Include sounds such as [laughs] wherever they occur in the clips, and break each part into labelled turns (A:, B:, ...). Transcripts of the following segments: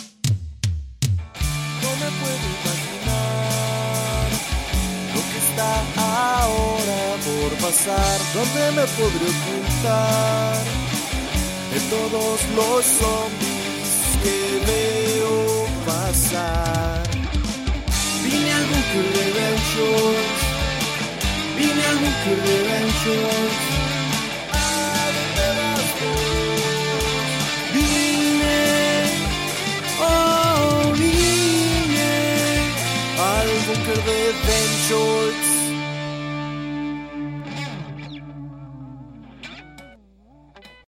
A: No me puedo imaginar lo que está ahora por pasar. ¿Dónde me podré ocultar de todos los zombies que veo pasar? Vine al búnker de Ventures, vine al búnker de Ventures. ¿A dónde vas tú? Vine Oh, vine al búnker de Ben Shorts.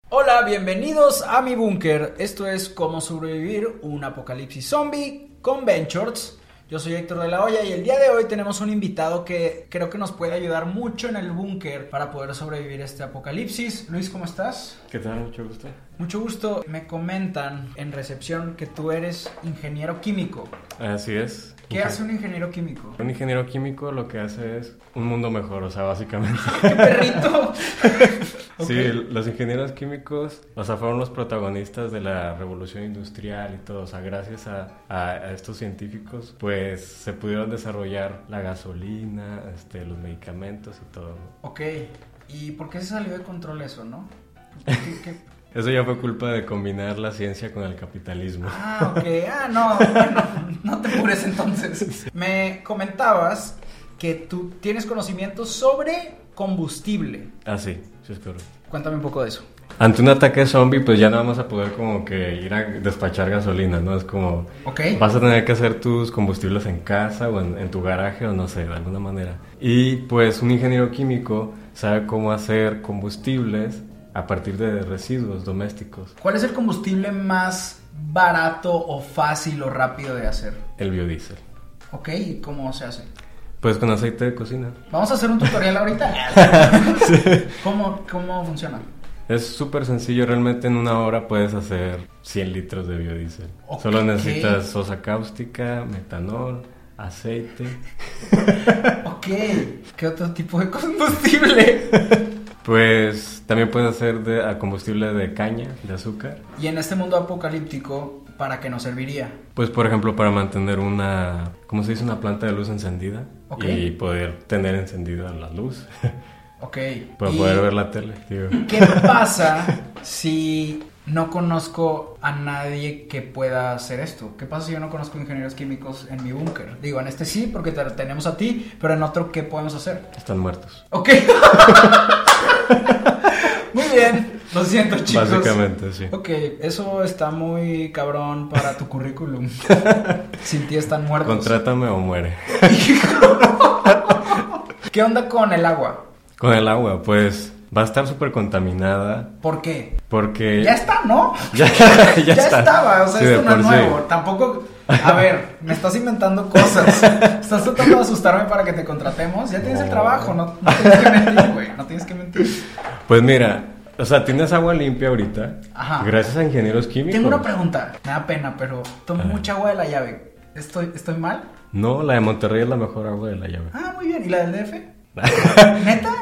B: Hola, bienvenidos a mi búnker. Esto es cómo sobrevivir un apocalipsis zombie con Ben Shorts. Yo soy Héctor de la Hoya y el día de hoy tenemos un invitado que creo que nos puede ayudar mucho en el búnker para poder sobrevivir a este apocalipsis. Luis, ¿cómo estás?
C: ¿Qué tal? Mucho gusto.
B: Mucho gusto. Me comentan en recepción que tú eres ingeniero químico.
C: Así es.
B: ¿Qué
C: Ingen-
B: hace un ingeniero químico?
C: Un ingeniero químico lo que hace es un mundo mejor, o sea, básicamente.
B: ¡Qué perrito! [laughs] Ok.
C: Sí, los ingenieros químicos, o sea, fueron los protagonistas de la revolución industrial y todo. O sea, gracias a, a- a estos científicos, pues se pudieron desarrollar la gasolina, este, los medicamentos y todo. ¿no?
B: Ok. ¿Y por qué se salió de control eso, no? ¿Qué- qué-
C: Eso ya fue culpa de combinar la ciencia con el capitalismo.
B: Ah, ok. Ah, no, bueno, no te apures entonces. Me comentabas que tú tienes conocimientos sobre combustible.
C: Ah, sí, sí es correcto.
B: Cuéntame un poco de eso.
C: Ante un ataque zombie, pues ya no vamos a poder como que ir a despachar gasolina, ¿no? Es como...
B: Ok.
C: Vas a tener que hacer tus combustibles en casa o en, en tu garaje o no sé, de alguna manera. Y pues un ingeniero químico sabe cómo hacer combustibles a partir de residuos domésticos.
B: ¿Cuál es el combustible más barato o fácil o rápido de hacer?
C: El biodiesel.
B: Ok, ¿y cómo se hace?
C: Pues con aceite de cocina.
B: Vamos a hacer un tutorial
C: [laughs]
B: ahorita. ¿Cómo, ¿Cómo funciona?
C: Es súper sencillo, realmente en una hora puedes hacer 100 litros de biodiesel.
B: Ok.
C: Solo necesitas sosa cáustica, metanol, aceite.
B: Ok, ¿qué otro tipo de combustible?
C: Pues también puedes hacer de, a combustible de caña, de azúcar.
B: Y en este mundo apocalíptico, ¿para qué nos serviría?
C: Pues por ejemplo para mantener una, ¿cómo se dice? Una planta de luz encendida
B: Ok.
C: y poder tener encendida la luz [laughs]
B: Ok.
C: para
B: y-
C: poder ver la tele. digo.
B: ¿Qué pasa si no conozco a nadie que pueda hacer esto? ¿Qué pasa si yo no conozco ingenieros químicos en mi búnker? Digo, en este sí, porque te- tenemos a ti, pero en otro, ¿qué podemos hacer?
C: Están muertos.
B: Ok. [laughs] muy bien. Lo siento, chicos.
C: Básicamente, sí.
B: Ok, eso está muy cabrón para tu currículum. Sin ti están muertos.
C: Contrátame o muere. [laughs]
B: ¿Qué onda con el agua?
C: Con el agua, pues va a estar súper contaminada
B: ¿Por qué?
C: porque...
B: Ya está, ¿no?
C: Eh, [laughs] Ya,
B: ya,
C: ya está.
B: estaba, o sea,
C: Sí, de
B: esto no es
C: por sí.
B: nuevo. Tampoco, a ver, me estás inventando
C: [laughs]
B: cosas. Estás tratando de asustarme para que te contratemos. Ya tienes el
C: No.
B: trabajo, no, no tienes que mentir, güey. No tienes que mentir.
C: Pues mira, o sea, tienes agua limpia ahorita
B: Ajá.
C: gracias a ingenieros químicos.
B: Tengo una pregunta. Me da pena, pero tomo mucha agua de la llave. ¿Estoy, ¿Estoy mal?
C: No, la de Monterrey es la mejor agua de la llave.
B: Ah, muy bien. ¿Y la del DF? ¿Neta?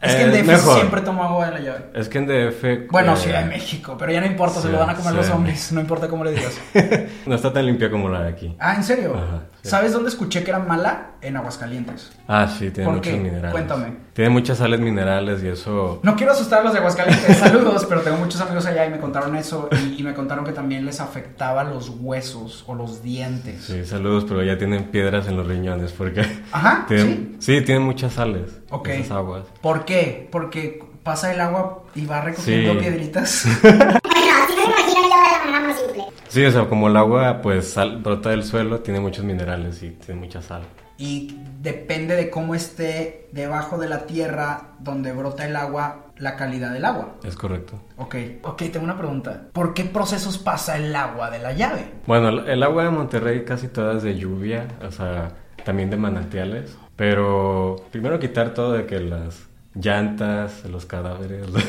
B: Es que en
C: Eh,
B: DF
C: mejor.
B: siempre tomo agua de la llave.
C: [laughs] Es que en DF...
B: Bueno,
C: eh,
B: Ciudad de México, pero ya no importa, se lo
C: Ciudad-
B: van a comer los
C: Ciudad de
B: hombres, no importa cómo le digas.
C: [laughs] No está tan limpia como la de aquí.
B: Ah, ¿en serio?
C: Ajá, sí.
B: ¿Sabes dónde escuché que era mala? En Aguascalientes.
C: Ah, sí, tiene
B: ¿Por
C: muchos
B: qué?
C: minerales.
B: Cuéntame.
C: Tiene muchas sales minerales y eso.
B: No quiero asustar a los de Aguascalientes, [laughs] saludos, pero tengo muchos amigos allá y me contaron eso y, y me contaron que también les afectaba los huesos o los dientes.
C: Sí, saludos, pero ya tienen piedras en los riñones porque.
B: Ajá,
C: [laughs] tienen- sí, tienen muchas sales.
B: Ah, Ok.
C: Esas aguas.
B: ¿Por qué? Porque pasa el agua y va recogiendo
C: Sí. [laughs]
B: piedritas.
D: Bueno, así se imagino yo de la manera más simple.
C: Sí, o sea, como el agua, pues sal- brota del suelo, tiene muchos minerales y tiene mucha sal.
B: y depende de cómo esté debajo de la tierra donde brota el agua, la calidad del agua.
C: Es correcto.
B: Ok, ok, tengo una pregunta. ¿Por qué procesos pasa el agua de la llave?
C: Bueno, el- el agua de Monterrey casi toda es de lluvia, o sea, también de manantiales. Pero primero quitar todo de que las llantas, los cadáveres, [laughs] los-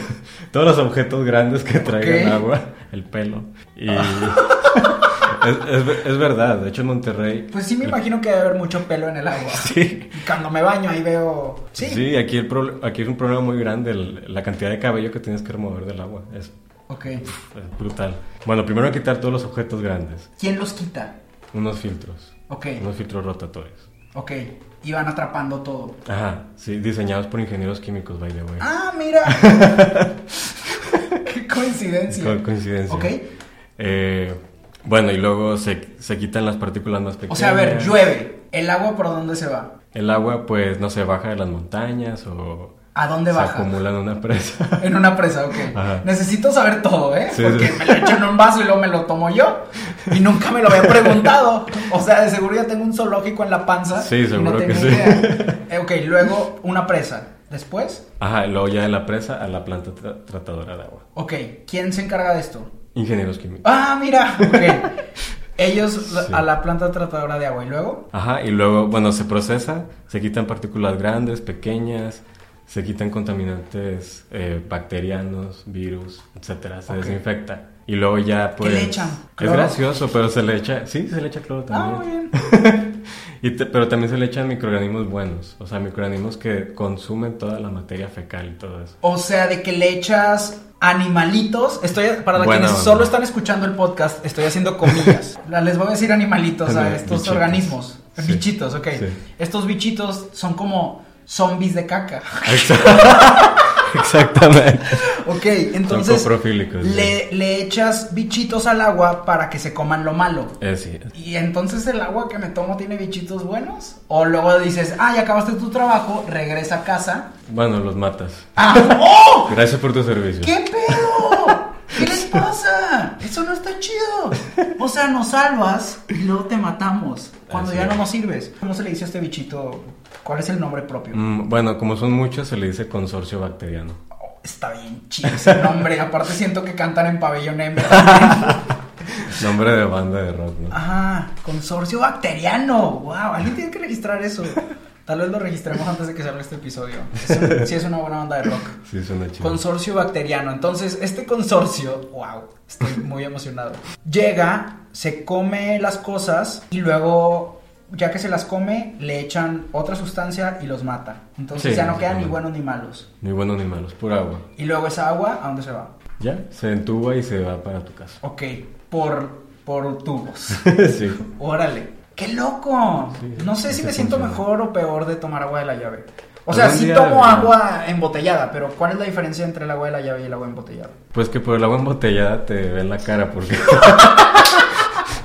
C: todos los objetos grandes que
B: Ok.
C: traigan
B: Ah.
C: agua, el pelo. Y es, [laughs] es- es verdad, de hecho en Monterrey...
B: Pues sí me imagino que debe haber mucho pelo en el agua.
C: [laughs] Sí.
B: Y Cuando me baño ahí veo... Sí.
C: Sí, aquí, el proble- aquí es un problema muy grande el- la cantidad de cabello que tienes que remover del agua. Es,
B: Ok.
C: es brutal. Bueno, primero quitar todos los objetos grandes,
B: ¿Quién los quita?
C: unos filtros,
B: Ok,
C: unos filtros rotatorios.
B: ok. Y van atrapando todo.
C: Ajá, sí, diseñados por ingenieros químicos, by the way.
B: Ah,
C: [laughs]
B: mira. Qué coincidencia.
C: Co- coincidencia.
B: Ok.
C: Eh, bueno, y luego se, se quitan las partículas más pequeñas.
B: O sea, a ver, llueve. ¿El agua por dónde se va?
C: El agua, pues, no se baja de las montañas o
B: ¿A dónde
C: se
B: baja?
C: acumula en una presa.
B: [laughs] En una presa, ok.
C: Ajá.
B: Necesito saber todo, ¿eh?
C: Sí,
B: Porque
C: sí.
B: me lo echo en un vaso y luego me lo tomo yo. Y nunca me lo había preguntado. O sea, de seguro ya tengo un zoológico en la panza.
C: Sí,
B: y
C: seguro
B: no
C: que
B: tenía
C: sí. [laughs]
B: idea. Eh, ok, luego una presa. Después,
C: Ajá, y luego ya de la presa a la planta tra- tratadora de agua.
B: ok, ¿quién se encarga de esto?
C: Ingenieros químicos.
B: Ah, mira,
C: [laughs]
B: ok. Ellos la-
C: Sí.
B: a la planta tratadora de agua y luego.
C: Ajá, y luego, bueno, se procesa, se quitan partículas grandes, pequeñas, se quitan contaminantes eh, bacterianos, virus, etcétera, se
B: Ok.
C: desinfecta. Y luego ya, pues...
B: le echan?
C: Es
B: ¿Cloro?
C: gracioso, pero se le echa... Sí, se le echa cloro
B: Ah,
C: también.
B: muy bien.
C: Y te- pero también se le echan microorganismos buenos, o sea, microorganismos que consumen toda la materia fecal y todo
B: [laughs]
C: eso.
B: O sea, de que le echas animalitos. Estoy para
C: Buena
B: quienes
C: onda.
B: solo están escuchando el podcast, estoy haciendo
C: [laughs]
B: comillas. La- Les voy a decir animalitos a
C: Ándale,
B: estos
C: bichitos.
B: organismos.
C: Sí.
B: Bichitos, ok.
C: Sí.
B: Estos bichitos son como zombies de caca. [laughs]
C: Exactamente.
B: Ok, entonces
C: coprofílicos,
B: le, le echas bichitos al agua para que se coman lo malo.
C: Eh, sí.
B: ¿Y entonces el agua que me tomo tiene bichitos buenos? O luego dices, ah, ya acabaste tu trabajo, regresa a casa.
C: Bueno, los matas.
B: ¡Ah! ¡Oh!
C: Gracias por tu servicio.
B: ¿Qué pedo?
C: [laughs]
B: ¿Qué les pasa? Eso no está chido. O sea, nos salvas y luego te matamos. Cuando
C: Así
B: ya no
C: es.
B: nos sirves. ¿Cómo se le dice a este bichito? ¿Cuál es el nombre propio?
C: Mm, bueno, como son muchos, se le dice consorcio bacteriano.
B: Oh, está bien chido
C: [laughs]
B: ese nombre. Aparte siento que cantan en pabellón M.
C: Nombre de banda de rock, ¿no?
B: Ajá, consorcio bacteriano. Wow, alguien tiene que registrar eso. Tal vez lo registremos antes de que salga este episodio. Es un- sí, es una buena banda de rock.
C: Sí, suena chido.
B: Consorcio bacteriano. Entonces, este consorcio, wow, estoy muy emocionado. Llega, se come las cosas y luego, ya que se las come, le echan otra sustancia y los mata. Entonces
C: Sí,
B: ya no quedan ni
C: exactamente.
B: buenos ni malos.
C: Ni bueno ni malo, es pura agua.
B: Y luego esa agua, ¿a dónde se va?
C: Ya, se entuba y se va para tu casa. [laughs]
B: Ok, por, por tubos. [laughs]
C: sí.
B: Órale. ¡Qué loco!
C: Sí,
B: no sé si
C: sí
B: me
C: funciona.
B: siento mejor o peor de tomar agua de la llave. O sea,
C: Algún
B: sí
C: día
B: tomo
C: debería.
B: agua embotellada, pero ¿cuál es la diferencia entre el agua de la llave y el agua embotellada?
C: Pues que por el agua embotellada te ven la cara porque... [laughs]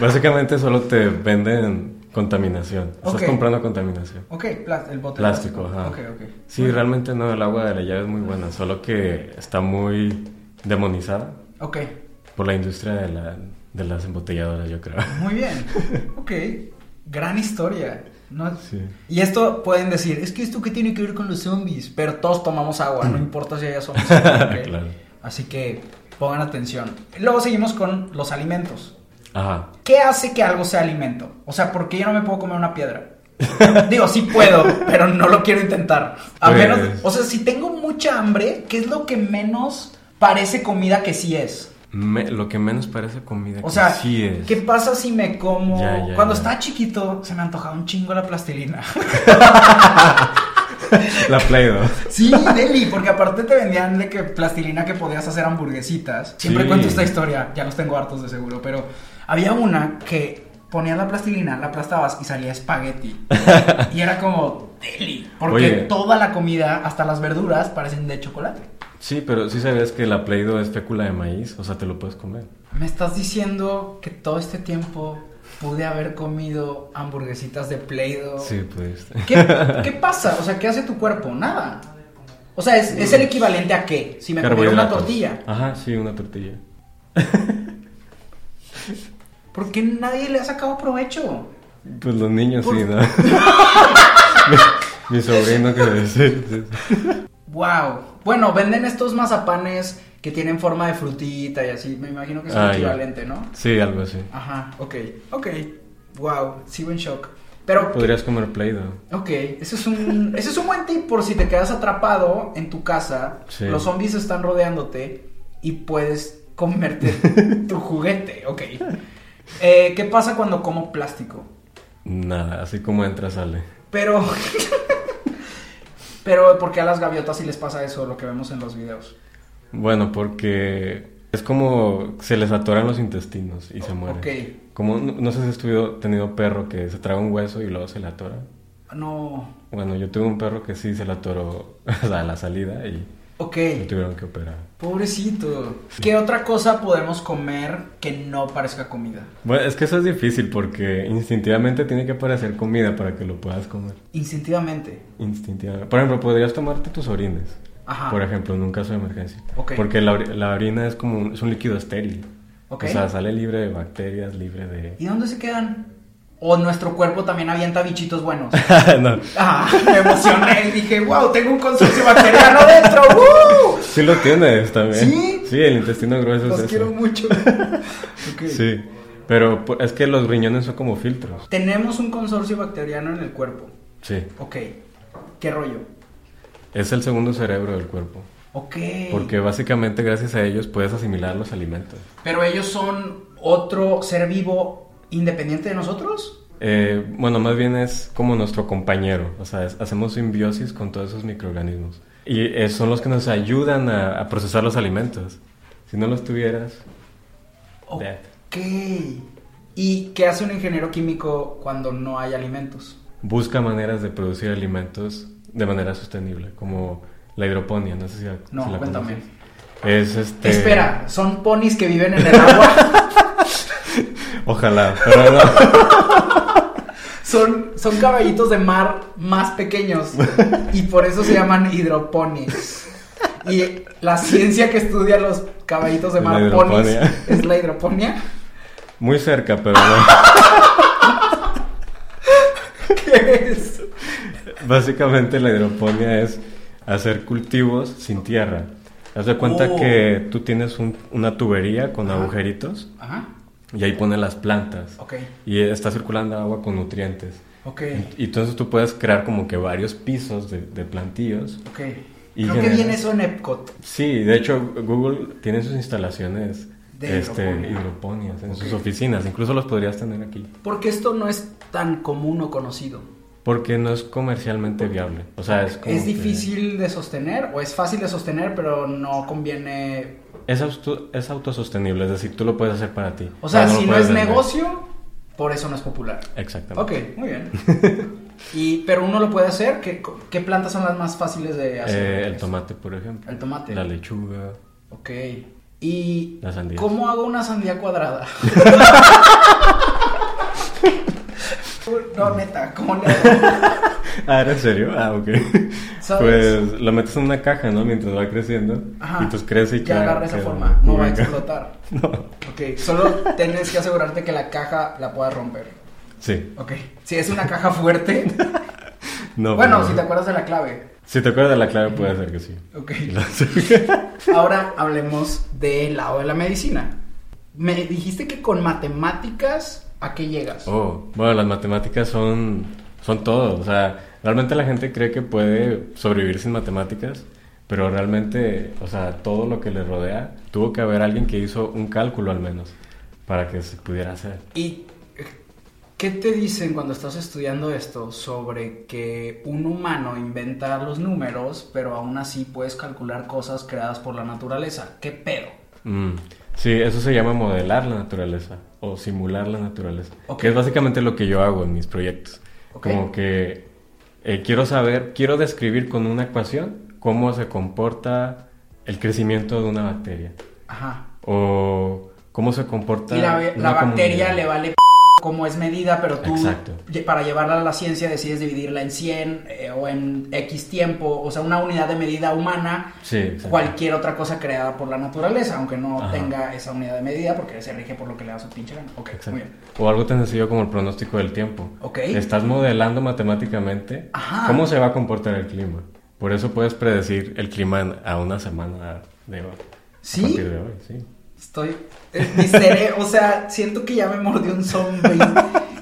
C: Básicamente solo te venden contaminación. Estás
B: Ok.
C: comprando contaminación.
B: Ok, pla- el bote.
C: Plástico, ajá.
B: Ok, ok.
C: Sí, realmente no, el agua de la llave es muy buena, solo que está muy demonizada
B: Ok,
C: por la industria de, la, de las embotelladoras, yo creo. [laughs]
B: muy bien. Ok, gran historia. ¿no?
C: Sí.
B: Y esto pueden decir, es que esto que tiene que ver con los zombies, pero todos tomamos agua,
C: [laughs]
B: no importa si ya somos zombies. ¿ok?
C: Claro.
B: Así que pongan atención. Luego seguimos con los alimentos.
C: Ajá.
B: ¿Qué hace que algo sea alimento? O sea, ¿por qué yo no me puedo comer una
C: [laughs]
B: piedra? Digo, sí puedo, pero no lo quiero intentar. A
C: Pues-
B: menos, o sea, si tengo mucha hambre, ¿qué es lo que menos parece comida que sí es?
C: Me- lo que menos parece comida
B: O
C: que
B: sea,
C: sí es.
B: ¿qué pasa si me como?
C: Ya, ya,
B: Cuando
C: ya.
B: estaba chiquito, se me antojaba un chingo la
C: [laughs]
B: plastilina.
C: La play Doh.
B: sí, Deli, porque aparte te vendían de que plastilina que podías hacer hamburguesitas. Siempre
C: Sí.
B: cuento esta historia, ya los tengo hartos de seguro, pero había una que ponías la plastilina, la aplastabas y salía
C: [laughs]
B: espagueti. y era como Deli, porque
C: Oye.
B: toda la comida, hasta las verduras, parecen de chocolate.
C: Sí, pero sí sabías que la Play Doh es fécula de maíz, o sea, te lo puedes comer.
B: Me estás diciendo que todo este tiempo pude haber comido hamburguesitas de Play-Doh.
C: Sí, pues. [laughs]
B: ¿Qué, qué pasa? O sea, ¿qué hace tu cuerpo? Nada. O sea, es, es el equivalente a qué? Si me comiera una
C: Carbohidratos.
B: tortilla.
C: Ajá, sí, una tortilla.
B: ¿Por qué nadie le ha sacado provecho?
C: Pues
B: [laughs]
C: los niños sí, ¿no? mi, mi sobrino que sí, sí, sí.
B: Wow. Bueno, venden estos mazapanes que tienen forma de frutita y así. Me imagino que es un
C: Ah, ya.
B: equivalente, ¿no?
C: Sí, algo así.
B: Ajá, ok, ok. Wow, sigo en shock. Pero,
C: Podrías comer Play-Doh.
B: ok, ese es un, ese es un buen tip por si te quedas atrapado en tu casa,
C: Sí.
B: los zombies están rodeándote y puedes comerte tu juguete, ok. Eh, ¿Qué pasa cuando como plástico?
C: Nada, así como entra, sale.
B: Pero, [laughs] pero ¿por qué a las gaviotas sí les pasa eso, lo que vemos en los videos?
C: Bueno, porque es como se les atoran los intestinos y se mueren.
B: ok.
C: Como, no, no sé si has tuvido- tenido perro que se traga un hueso y luego se le atora.
B: No,
C: Bueno, yo tuve un perro que sí se le atoró [laughs] o sea, a la salida y
B: ok.
C: lo tuvieron que operar.
B: Pobrecito. ¿Qué otra cosa podemos comer que no parezca comida?
C: Bueno, es que eso es difícil porque instintivamente tiene que parecer comida para que lo puedas comer.
B: Instintivamente.
C: Instintivamente. Por ejemplo, podrías tomarte tus orines.
B: Ajá.
C: Por ejemplo, en un caso de emergencia.
B: Ok.
C: Porque la, ori- la orina es como un, es un líquido estéril.
B: Ok.
C: O sea, sale libre de bacterias, libre de... [laughs]
B: ¿Y dónde se quedan? O nuestro cuerpo también avienta bichitos buenos. [laughs]
C: no.
B: Ah, me emocioné. Dije, wow, tengo un consorcio bacteriano
C: [laughs]
B: dentro. ¡Woo!
C: Sí lo tienes también.
B: ¿Sí?
C: el intestino grueso
B: Los
C: es eso.
B: quiero
C: [laughs]
B: mucho. Ok.
C: Sí. Pero por- es que los riñones son como filtros.
B: Tenemos un consorcio bacteriano en el cuerpo.
C: Sí.
B: Ok. ¿Qué rollo?
C: Es el segundo cerebro del cuerpo.
B: Ok.
C: Porque básicamente gracias a ellos puedes asimilar los alimentos.
B: Pero ellos son otro ser vivo independiente de nosotros.
C: Eh, bueno, más bien es como nuestro compañero, o sea, es- hacemos simbiosis con todos esos microorganismos. Y eh, son los que nos ayudan a, a procesar los alimentos. Si no los tuvieras...
B: Ok.
C: Dead.
B: ¿Y qué hace un ingeniero químico cuando no hay alimentos?
C: Busca maneras de producir alimentos de manera sostenible, como la hidroponía, no sé si, la-
B: No,
C: si la
B: cuéntame.
C: conoces. Es este...
B: Espera, son ponis que viven en el
C: [laughs]
B: agua.
C: Ojalá, pero no. [laughs]
B: Son, son caballitos de mar más pequeños y por eso se llaman hidroponis. Y la ciencia que estudia los caballitos de
C: La
B: mar ponis
C: hidroponía.
B: es la hidroponía.
C: Muy cerca, pero no.
B: ¿Qué es?
C: Básicamente la hidroponía es hacer cultivos sin tierra. Haz de cuenta
B: Oh.
C: que tú tienes un- una tubería con agujeritos
B: Ajá,
C: Y ahí ponen las plantas.
B: Ah, ok,
C: Y está circulando agua con nutrientes.
B: ok,
C: Y entonces tú puedes crear como que varios pisos de, de plantillos.
B: ok.
C: Y
B: Creo que
C: generas-
B: viene eso en Epcot.
C: Sí, de hecho Google tiene sus instalaciones
B: De
C: este,
B: hidroponía.
C: hidroponias en
B: Ok.
C: sus oficinas. Incluso los podrías tener aquí.
B: Porque esto no es tan común o conocido.
C: Porque no es comercialmente viable. O sea, es como
B: ¿Es
C: que-
B: difícil de sostener o es fácil de sostener pero no conviene?
C: Es, auto- es autosostenible, es decir, tú lo puedes hacer para ti.
B: O sea,
C: Pero
B: si
C: lo
B: no
C: puedes
B: es
C: vender.
B: negocio, por eso no es popular.
C: Exactamente.
B: Ok, muy bien. [laughs] Y, pero uno lo puede hacer. ¿Qué, qué plantas son las más fáciles de hacer?
C: Eh, el tomate, por ejemplo.
B: El tomate.
C: La lechuga.
B: Ok. ¿Y
C: La sandía.
B: cómo hago una sandía
C: [laughs]
B: cuadrada? no, neta, ¿cómo le hago?
C: [laughs] Ah, ¿era en serio? Ah, ok.
B: ¿Sabes?
C: Pues lo metes en una caja, ¿no? Mientras va creciendo.
B: Ajá.
C: Y pues crece y
B: Ya
C: queda-
B: agarra esa
C: queda
B: forma, no
C: [laughs]
B: va a
C: cúbica.
B: explotar.
C: No.
B: Ok, solo tienes que asegurarte que la caja la puedas romper.
C: Sí.
B: Ok, si es una caja fuerte.
C: [laughs] No,
B: bueno,
C: pero-
B: si te acuerdas de la clave.
C: Si te acuerdas de la clave, puede ser
B: [laughs]
C: que sí. [laughs]
B: Ok.
C: Entonces-
B: Ahora hablemos del lado de la medicina. Me dijiste que con matemáticas, ¿a qué llegas?
C: Oh, bueno, las matemáticas son, son todo. O sea, realmente la gente cree que puede sobrevivir sin matemáticas, pero realmente, o sea, todo lo que le rodea, tuvo que haber alguien que hizo un cálculo al menos para que se pudiera hacer.
B: ¿Y eh, qué te dicen cuando estás estudiando esto sobre que un humano inventa los números, pero aún así puedes calcular cosas creadas por la naturaleza? ¿Qué pedo?
C: Mm, Sí, eso se llama modelar la naturaleza o simular la naturaleza,
B: Ok.
C: que es básicamente lo que yo hago en mis proyectos.
B: Ok.
C: Como que eh, quiero saber, quiero describir con una ecuación cómo se comporta el crecimiento de una bacteria
B: Ajá.
C: o cómo se comporta
B: Y la, be- la
C: una
B: bacteria
C: comunidad.
B: le vale p- como es medida, pero tú
C: Exacto.
B: lle- para llevarla a la ciencia decides dividirla en 100 eh, o en X tiempo, o sea, una unidad de medida humana
C: Sí, exacto.
B: cualquier otra cosa creada por la naturaleza, aunque no
C: Ajá.
B: tenga esa unidad de medida porque se rige por lo que le da su pinche gana. Ok,
C: Exacto.
B: muy bien.
C: O algo tan sencillo como el pronóstico del tiempo.
B: Ok.
C: Estás modelando matemáticamente
B: Ajá.
C: cómo se va a comportar el clima. Por eso puedes predecir el clima a una semana de hoy.
B: ¿Sí?
C: A partir de hoy, sí.
B: Estoy. es mi cere- o sea, siento que ya me mordió un zombie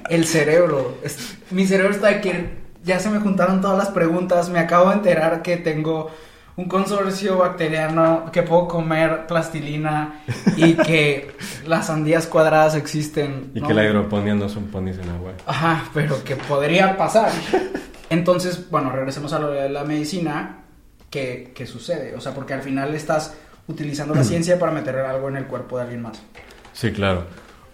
B: el cerebro. Es- mi cerebro está de que ya se me juntaron todas las preguntas. Me acabo de enterar que tengo un consorcio bacteriano, que puedo comer plastilina y que las sandías cuadradas existen.
C: Y
B: ¿no?
C: que la hidroponía no son ponis en agua.
B: Ajá, pero que podría pasar. Entonces, bueno, regresemos a lo de la medicina. ¿Qué, qué sucede? O sea, porque al final estás utilizando la ciencia para meter algo en el cuerpo de alguien más.
C: Sí, claro.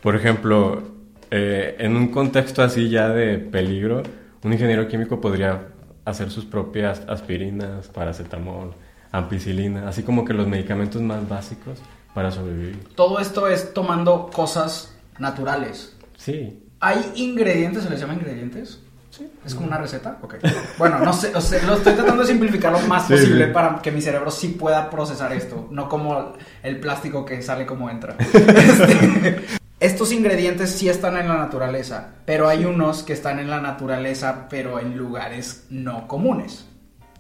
C: Por ejemplo, eh, en un contexto así ya de peligro, un ingeniero químico podría hacer sus propias aspirinas, paracetamol, ampicilina, así como que los medicamentos más básicos para sobrevivir.
B: Todo esto es tomando cosas naturales.
C: Sí,
B: ¿Hay ingredientes? ¿Se les llama ingredientes? Sí. ¿Es como una receta? Ok. Bueno, no sé, o sea, lo estoy tratando de simplificar lo más
C: Sí,
B: posible
C: sí.
B: para que mi cerebro sí pueda procesar esto, no como el plástico que sale como
C: [laughs]
B: entra. Este, estos ingredientes sí están en la naturaleza, pero hay unos que están en la naturaleza, pero en lugares no comunes.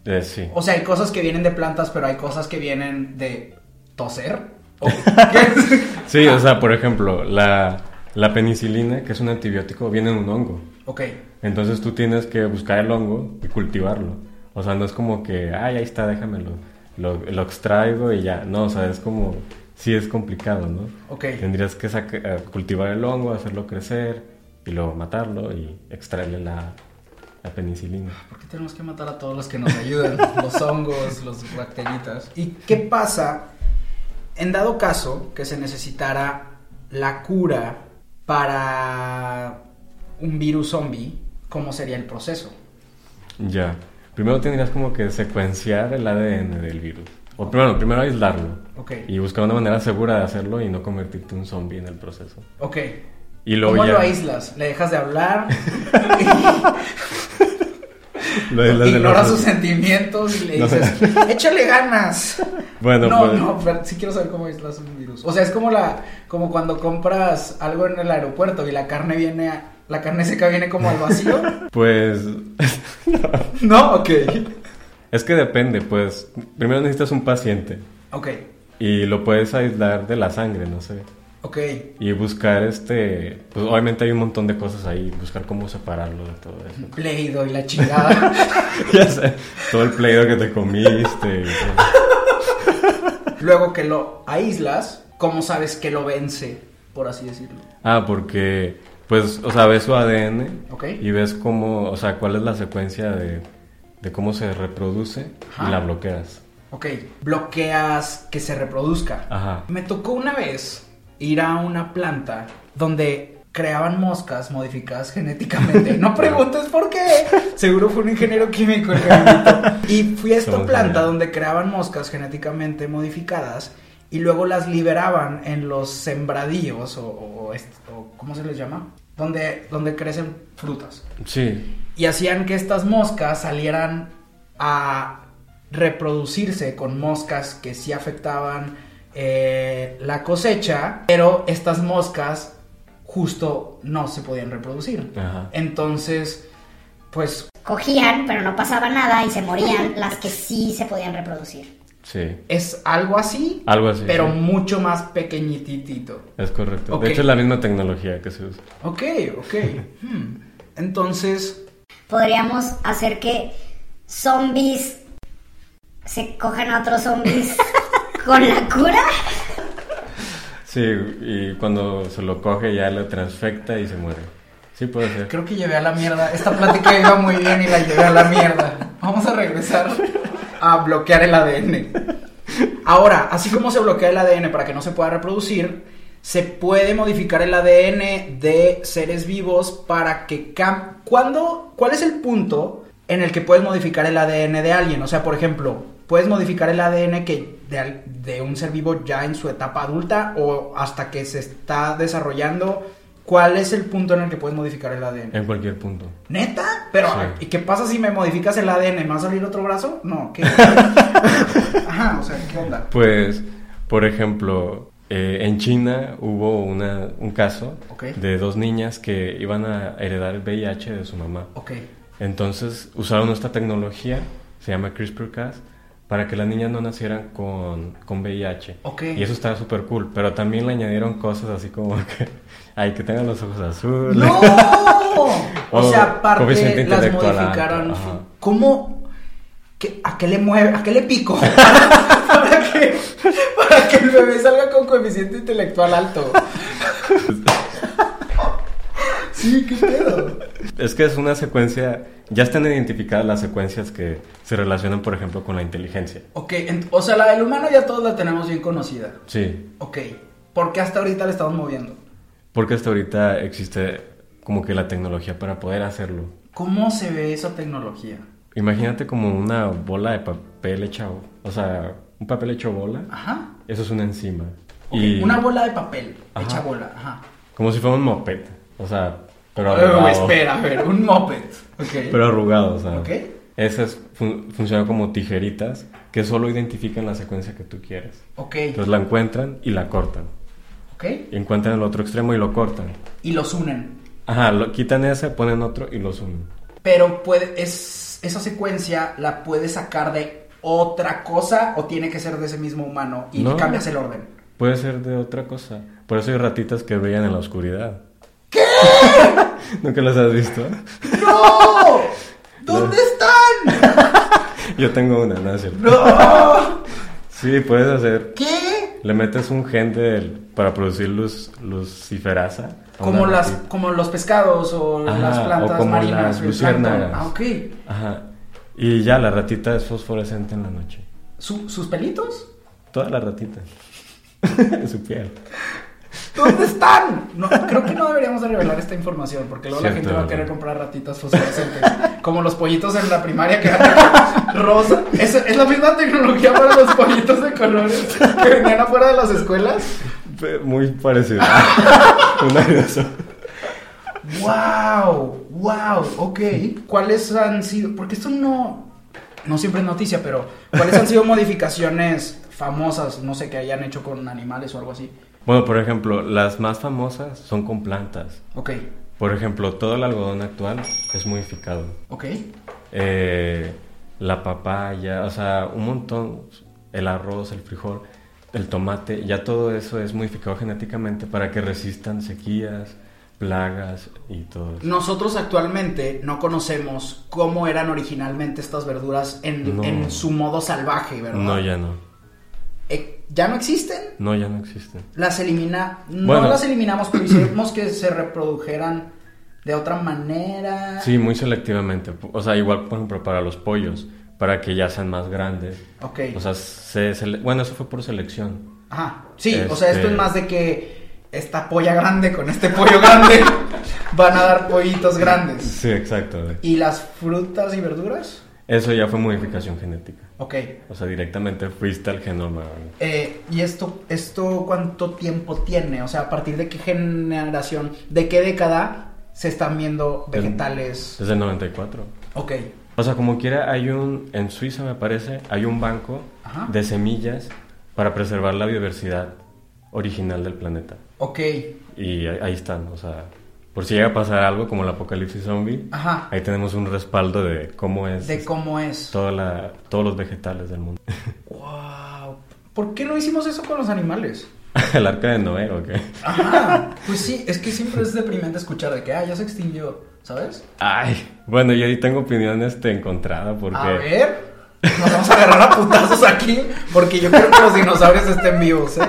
C: eh, sí.
B: O sea, hay cosas que vienen de plantas, pero hay cosas que vienen de toser.
C: [laughs]
B: ¿O qué?
C: Sí, o sea, por ejemplo, la, la penicilina, que es un antibiótico, viene en un hongo.
B: ok.
C: Entonces tú tienes que buscar el hongo y cultivarlo. O sea, no es como que, ay, ahí está, déjamelo. Lo, lo extraigo y ya. No, o sea, es como, sí es complicado, ¿no?
B: Ok.
C: Tendrías que saca- eh, cultivar el hongo, hacerlo crecer y luego matarlo y extraerle la, la penicilina.
B: ¿Por qué tenemos que matar a todos los que nos ayudan? [laughs] los hongos, los bacteritas. ¿Y qué pasa en dado caso que se necesitara la cura para un virus zombie? ¿Cómo sería el proceso?
C: Ya. Primero tendrías como que secuenciar el ADN del virus. O primero, primero aislarlo.
B: Ok.
C: Y buscar una manera segura de hacerlo y no convertirte en un zombie en el proceso.
B: Ok.
C: Y luego
B: ¿Cómo
C: ya...
B: lo aíslas? ¿Le dejas de
C: [laughs]
B: hablar?
C: lo aíslas de
B: ¿Ignoras
C: los-
B: sus sentimientos? Y le
C: No sé.
B: dices, échale ganas.
C: [laughs] Bueno,
B: no,
C: pues-
B: no, pero sí quiero saber cómo aíslas un virus. O sea, es como la, como cuando compras algo en el aeropuerto y la carne viene, a- la carne seca viene como al
C: [laughs]
B: vacío.
C: Pues
B: no, ok.
C: es que depende, pues primero necesitas un paciente
B: Ok,
C: y lo puedes aislar de la sangre, no sé.
B: ok.
C: Y buscar este, pues obviamente hay un montón de cosas ahí, buscar cómo separarlo de todo
B: [laughs]
C: eso. [laughs]
B: Pleido y la chingada.
C: ya sé, todo el pleido que te comiste. y todo.
B: Luego que lo aíslas, ¿cómo sabes que lo vence? Por así decirlo.
C: Ah, porque pues, o sea, ves su ADN
B: Ok.
C: y ves cómo, o sea, cuál es la secuencia de, de cómo se reproduce
B: Ajá.
C: y la bloqueas.
B: Ok, bloqueas que se reproduzca.
C: Ajá.
B: Me tocó una vez ir a una planta donde creaban moscas modificadas [laughs] genéticamente. No preguntes por qué. Seguro fue un ingeniero químico el que me invitó. Y fui a esta
C: Somos
B: planta
C: genial.
B: donde creaban moscas genéticamente modificadas y luego las liberaban en los sembradíos o, o est- o- ¿cómo se les llama? Donde, donde crecen frutas
C: Sí,
B: y hacían que estas moscas salieran a reproducirse con moscas que sí afectaban eh, la cosecha, pero estas moscas justo no se podían reproducir.
C: Ajá.
B: Entonces, pues
D: Cogían, pero no pasaba nada y se morían las que sí se podían reproducir.
C: sí,
B: es algo así,
C: Algo así,
B: pero
C: sí.
B: mucho más pequeñititito.
C: es correcto.
B: Ok.
C: De hecho es la misma tecnología que se usa.
B: Ok, ok. [laughs] Hmm. Entonces,
D: Podríamos hacer que zombies se cojan a otros zombies con la cura.
C: Sí, y cuando se lo coge ya lo transfecta y se muere. Sí puede ser.
B: creo que llevé a la mierda. Esta plática iba muy bien y la llevé a la mierda. Vamos a regresar a bloquear el ADN. Ahora, así como se bloquea el ADN para que no se pueda reproducir, se puede modificar el ADN de seres vivos para que cam... ¿Cuándo? ¿Cuál es el punto en el que puedes modificar el ADN de alguien? O sea, por ejemplo, ¿puedes modificar el ADN que de, al- de un ser vivo ya en su etapa adulta o hasta que se está desarrollando? ¿Cuál es el punto en el que puedes modificar el ADN?
C: En cualquier punto.
B: ¿Neta? Pero,
C: Eh. Sí.
B: ¿y qué pasa si me modificas el ADN? ¿Me va a salir otro brazo? No, ¿qué? Ajá, o sea, ¿qué onda?
C: Pues, por ejemplo, eh, en China hubo una, un caso
B: Ok.
C: de dos niñas que iban a heredar el VIH de su mamá.
B: Ok,
C: Entonces usaron esta tecnología, se llama CRISPR-Cas, para que las niñas no nacieran con, con VIH.
B: Ok.
C: Y eso estaba súper cool, pero también le añadieron cosas así como [laughs] que, ay, que tengan los ojos azules. [laughs]
B: ¡No! O sea,
C: coeficiente
B: aparte las
C: intelectual alto,
B: modificaron.
C: ajá.
B: ¿Cómo? ¿Qué- ¿A qué le mueve? ¿A qué le pico? [laughs] Para, para que, para que el bebé salga con coeficiente intelectual
C: [laughs]
B: alto. sí, qué pedo.
C: Es que es una secuencia, ya están identificadas las secuencias que se relacionan, por ejemplo, con la inteligencia.
B: Ok, ent- o sea, la del humano ya todos la tenemos bien conocida.
C: Sí,
B: Ok, ¿por qué hasta ahorita la estamos moviendo?
C: porque hasta ahorita existe como que la tecnología para poder hacerlo.
B: ¿Cómo se ve esa tecnología?
C: Imagínate como una bola de papel hecha, o sea, un papel hecho bola.
B: Ajá.
C: Eso es una enzima.
B: Ah. Ok,
C: y
B: Una bola de papel,
C: Ajá.
B: hecha bola, ajá.
C: Como si fuera un moped, o sea, pero
B: Oh,
C: arrugado.
B: espera, a ver, un moped. Ok.
C: Pero arrugado, o sea.
B: Ok.
C: Esas fun- funcionan como tijeritas que solo identifican la secuencia que tú quieres.
B: ok,
C: Entonces la encuentran y la cortan.
B: ok.
C: Encuentran el otro extremo y lo cortan.
B: Y los unen.
C: Ajá, lo, quitan ese, ponen otro y los unen.
B: Pero puede, es, esa secuencia la puedes sacar de otra cosa o tiene que ser de ese mismo humano y
C: No.
B: cambias el orden.
C: Puede ser de otra cosa. Por eso hay ratitas que brillan en la oscuridad. ¿Qué? [laughs] ¿Nunca las has visto?
B: [laughs] ¡No! ¿Dónde están?
C: Yo tengo una, ¿no es cierto?
B: ¡No!
C: [laughs] Sí, puedes hacer
B: ¿Qué?
C: Le metes un gen del- para producir luz, luciferasa. a una
B: Como, las,
C: ratita.
B: como los pescados o
C: Ajá,
B: las plantas
C: Ah, o como
B: marinas.
C: las
B: o el plancton.
C: luciérnagas.
B: Ah, ok.
C: Ajá. Y ya, la ratita es fosforescente en la noche.
B: ¿Su- ¿Sus pelitos?
C: Toda la ratita. [laughs] Su piel.
B: ¿Dónde están? No, creo que no deberíamos de revelar esta información porque luego la
C: Cierto,
B: gente va a
C: ¿verdad?
B: querer comprar ratitas fosforescentes. como los pollitos en la primaria que eran rosa. Es, es la misma tecnología para los pollitos de colores que venían afuera de las escuelas.
C: Pe- Muy [laughs] parecida. Una de esas.
B: ¡Wow! ¡Wow! Ok. ¿Cuáles han sido? Porque esto no. No siempre es noticia, pero ¿cuáles han sido modificaciones famosas? No sé, que hayan hecho con animales o algo así.
C: Bueno, por ejemplo, las más famosas son con plantas.
B: Ok,
C: Por ejemplo, todo el algodón actual es modificado.
B: ok.
C: Eh, la papaya, o sea, un montón. El arroz, el frijol, el tomate, ya todo eso es modificado genéticamente para que resistan sequías, plagas y todo eso.
B: Nosotros actualmente no conocemos cómo eran originalmente estas verduras en,
C: No.
B: en su modo salvaje, ¿verdad?
C: No, ya no.
B: Eh, ¿Ya no existen?
C: No, ya no existen.
B: Las elimina... No
C: Bueno.
B: las eliminamos, pero hicimos que se reprodujeran de otra manera.
C: Sí, muy selectivamente. O sea, igual, por ejemplo, para los pollos, para que ya sean más grandes.
B: Ok.
C: O sea, se sele- bueno, eso fue por selección.
B: Ajá. Sí, o sea, esto
C: Este-
B: es más de que esta polla grande con este pollo grande [laughs] van a dar pollitos grandes.
C: Sí, exacto.
B: ¿Y las frutas y verduras?
C: Eso ya fue modificación genética.
B: Ok.
C: O sea, directamente fuiste al genoma.
B: Eh, ¿Y esto, esto cuánto tiempo tiene? O sea, ¿a partir de qué generación, de qué década se están viendo vegetales?
C: Desde el 94.
B: Ok,
C: O sea, como quiera, hay un, en Suiza me parece, hay un banco
B: Ajá.
C: de semillas para preservar la biodiversidad original del planeta.
B: ok,
C: Y ahí, ahí están, o sea, por si llega a pasar algo como el apocalipsis zombie,
B: Ajá.
C: ahí tenemos un respaldo de cómo es
B: de cómo es.
C: toda la- todos los vegetales del mundo. [laughs]
B: ¡Wow! ¿Por qué no hicimos eso con los
C: [laughs]
B: animales?
C: el arca de Noé, ¿o qué?
B: Ajá, pues sí, es que siempre es deprimente escuchar de que, ah, ya se extinguió, ¿sabes?
C: Ay, bueno, yo ahí tengo opiniones este, encontradas porque...
B: A ver, nos vamos a agarrar a putazos aquí, porque yo quiero que los dinosaurios estén vivos, ¿eh?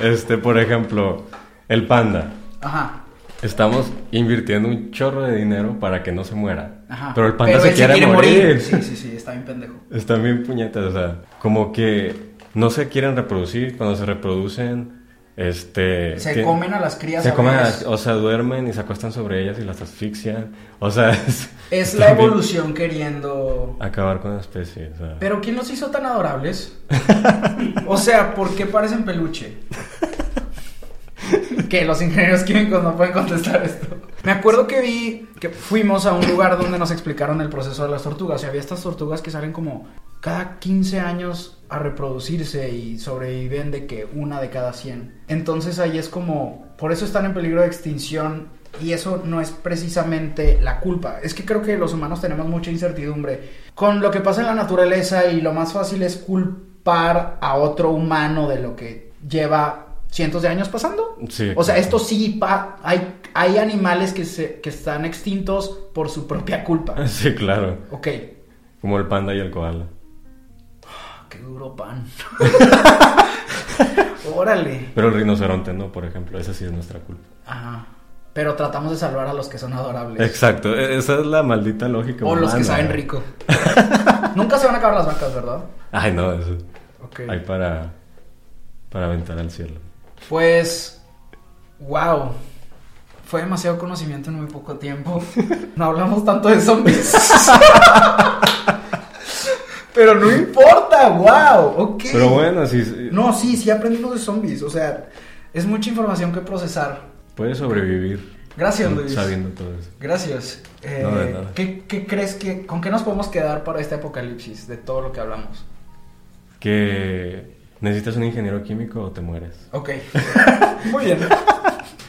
C: Este, por ejemplo, el panda.
B: Ajá.
C: Estamos invirtiendo un chorro de dinero para que no se muera.
B: Ajá.
C: Pero el panda se,
B: él
C: quiere, morir. [laughs]
B: Sí, sí, sí, está bien pendejo.
C: Están bien puñetas, o sea, como que no se quieren reproducir. Cuando se reproducen, este.
B: Se
C: tien-
B: comen a las crías.
C: Se
B: a
C: comen, a
B: veces.
C: las- o sea, duermen y se acuestan sobre ellas y las asfixian. O sea, [laughs] es.
B: Es
C: está
B: la
C: bien
B: evolución queriendo.
C: Acabar con la especie, o sea.
B: Pero ¿quién los hizo tan
C: [laughs]
B: adorables? O sea, ¿por qué parecen peluche? Que los ingenieros químicos no pueden contestar esto. Me acuerdo que vi que fuimos a un lugar donde nos explicaron el proceso de las tortugas. Y había estas tortugas que salen como cada 15 años a reproducirse y sobreviven de que una de cada 100. Entonces ahí es como, por eso están en peligro de extinción Y eso no es precisamente la culpa. Es que creo que los humanos tenemos mucha incertidumbre con lo que pasa en la naturaleza y lo más fácil es culpar a otro humano de lo que lleva cientos de años pasando.
C: Sí,
B: o sea,
C: claro.
B: esto sí, pa- hay, hay animales que, se, que están extintos por su propia culpa.
C: [laughs] Sí, claro.
B: Ok,
C: Como el panda y el koala.
B: Ah, qué duro pan. [laughs] Órale.
C: Pero el rinoceronte no, por ejemplo. Esa sí es nuestra culpa.
B: Ajá. Pero tratamos de salvar a los que son adorables.
C: Exacto. e- Esa es la maldita lógica.
B: O los que
C: humana.
B: saben
C: [laughs]
B: rico. Nunca se van a acabar las vacas, ¿verdad?
C: Ay, no. Eso.
B: Ok.
C: Hay para, para aventar al cielo.
B: Pues, wow. Fue demasiado conocimiento en muy poco tiempo. No hablamos tanto de zombies. Pero no importa, wow. Ok.
C: Pero bueno, si si-
B: No, sí, sí aprendimos de zombies. O sea, es mucha información que procesar.
C: puedes sobrevivir
B: Gracias,
C: con-
B: Luis.
C: sabiendo todo eso.
B: Gracias. Eh,
C: No, de nada.
B: ¿qué, qué crees que, con qué nos podemos quedar para este apocalipsis de todo lo que hablamos?
C: Que necesitas un ingeniero químico o te mueres.
B: Ok. [laughs] Muy bien.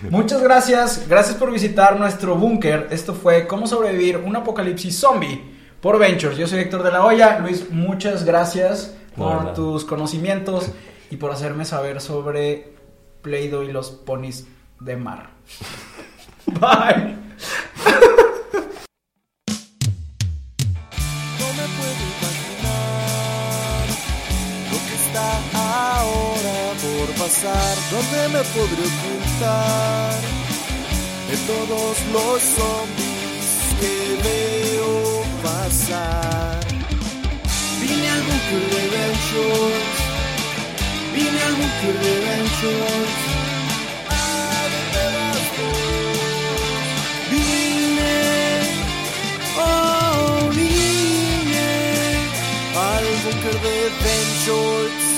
B: Muchas gracias. Gracias por visitar nuestro búnker. Esto fue Cómo sobrevivir un apocalipsis zombie por Ventures. Yo soy Héctor de la Hoya. Luis, muchas gracias
C: No,
B: por
C: nada.
B: tus conocimientos y por hacerme saber sobre Play-Doh y los ponis de mar. Bye.
A: No me puedo imaginar lo que está ahora por pasar. ¿Dónde me podré ocultar de todos los zombies que veo pasar? Vine al búnker de Ventures, vine al búnker de Ventures. Ah, de veras, oh. Vine Oh, vine al búnker de Ben Shorts.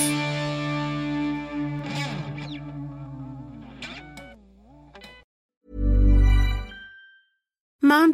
E: Mom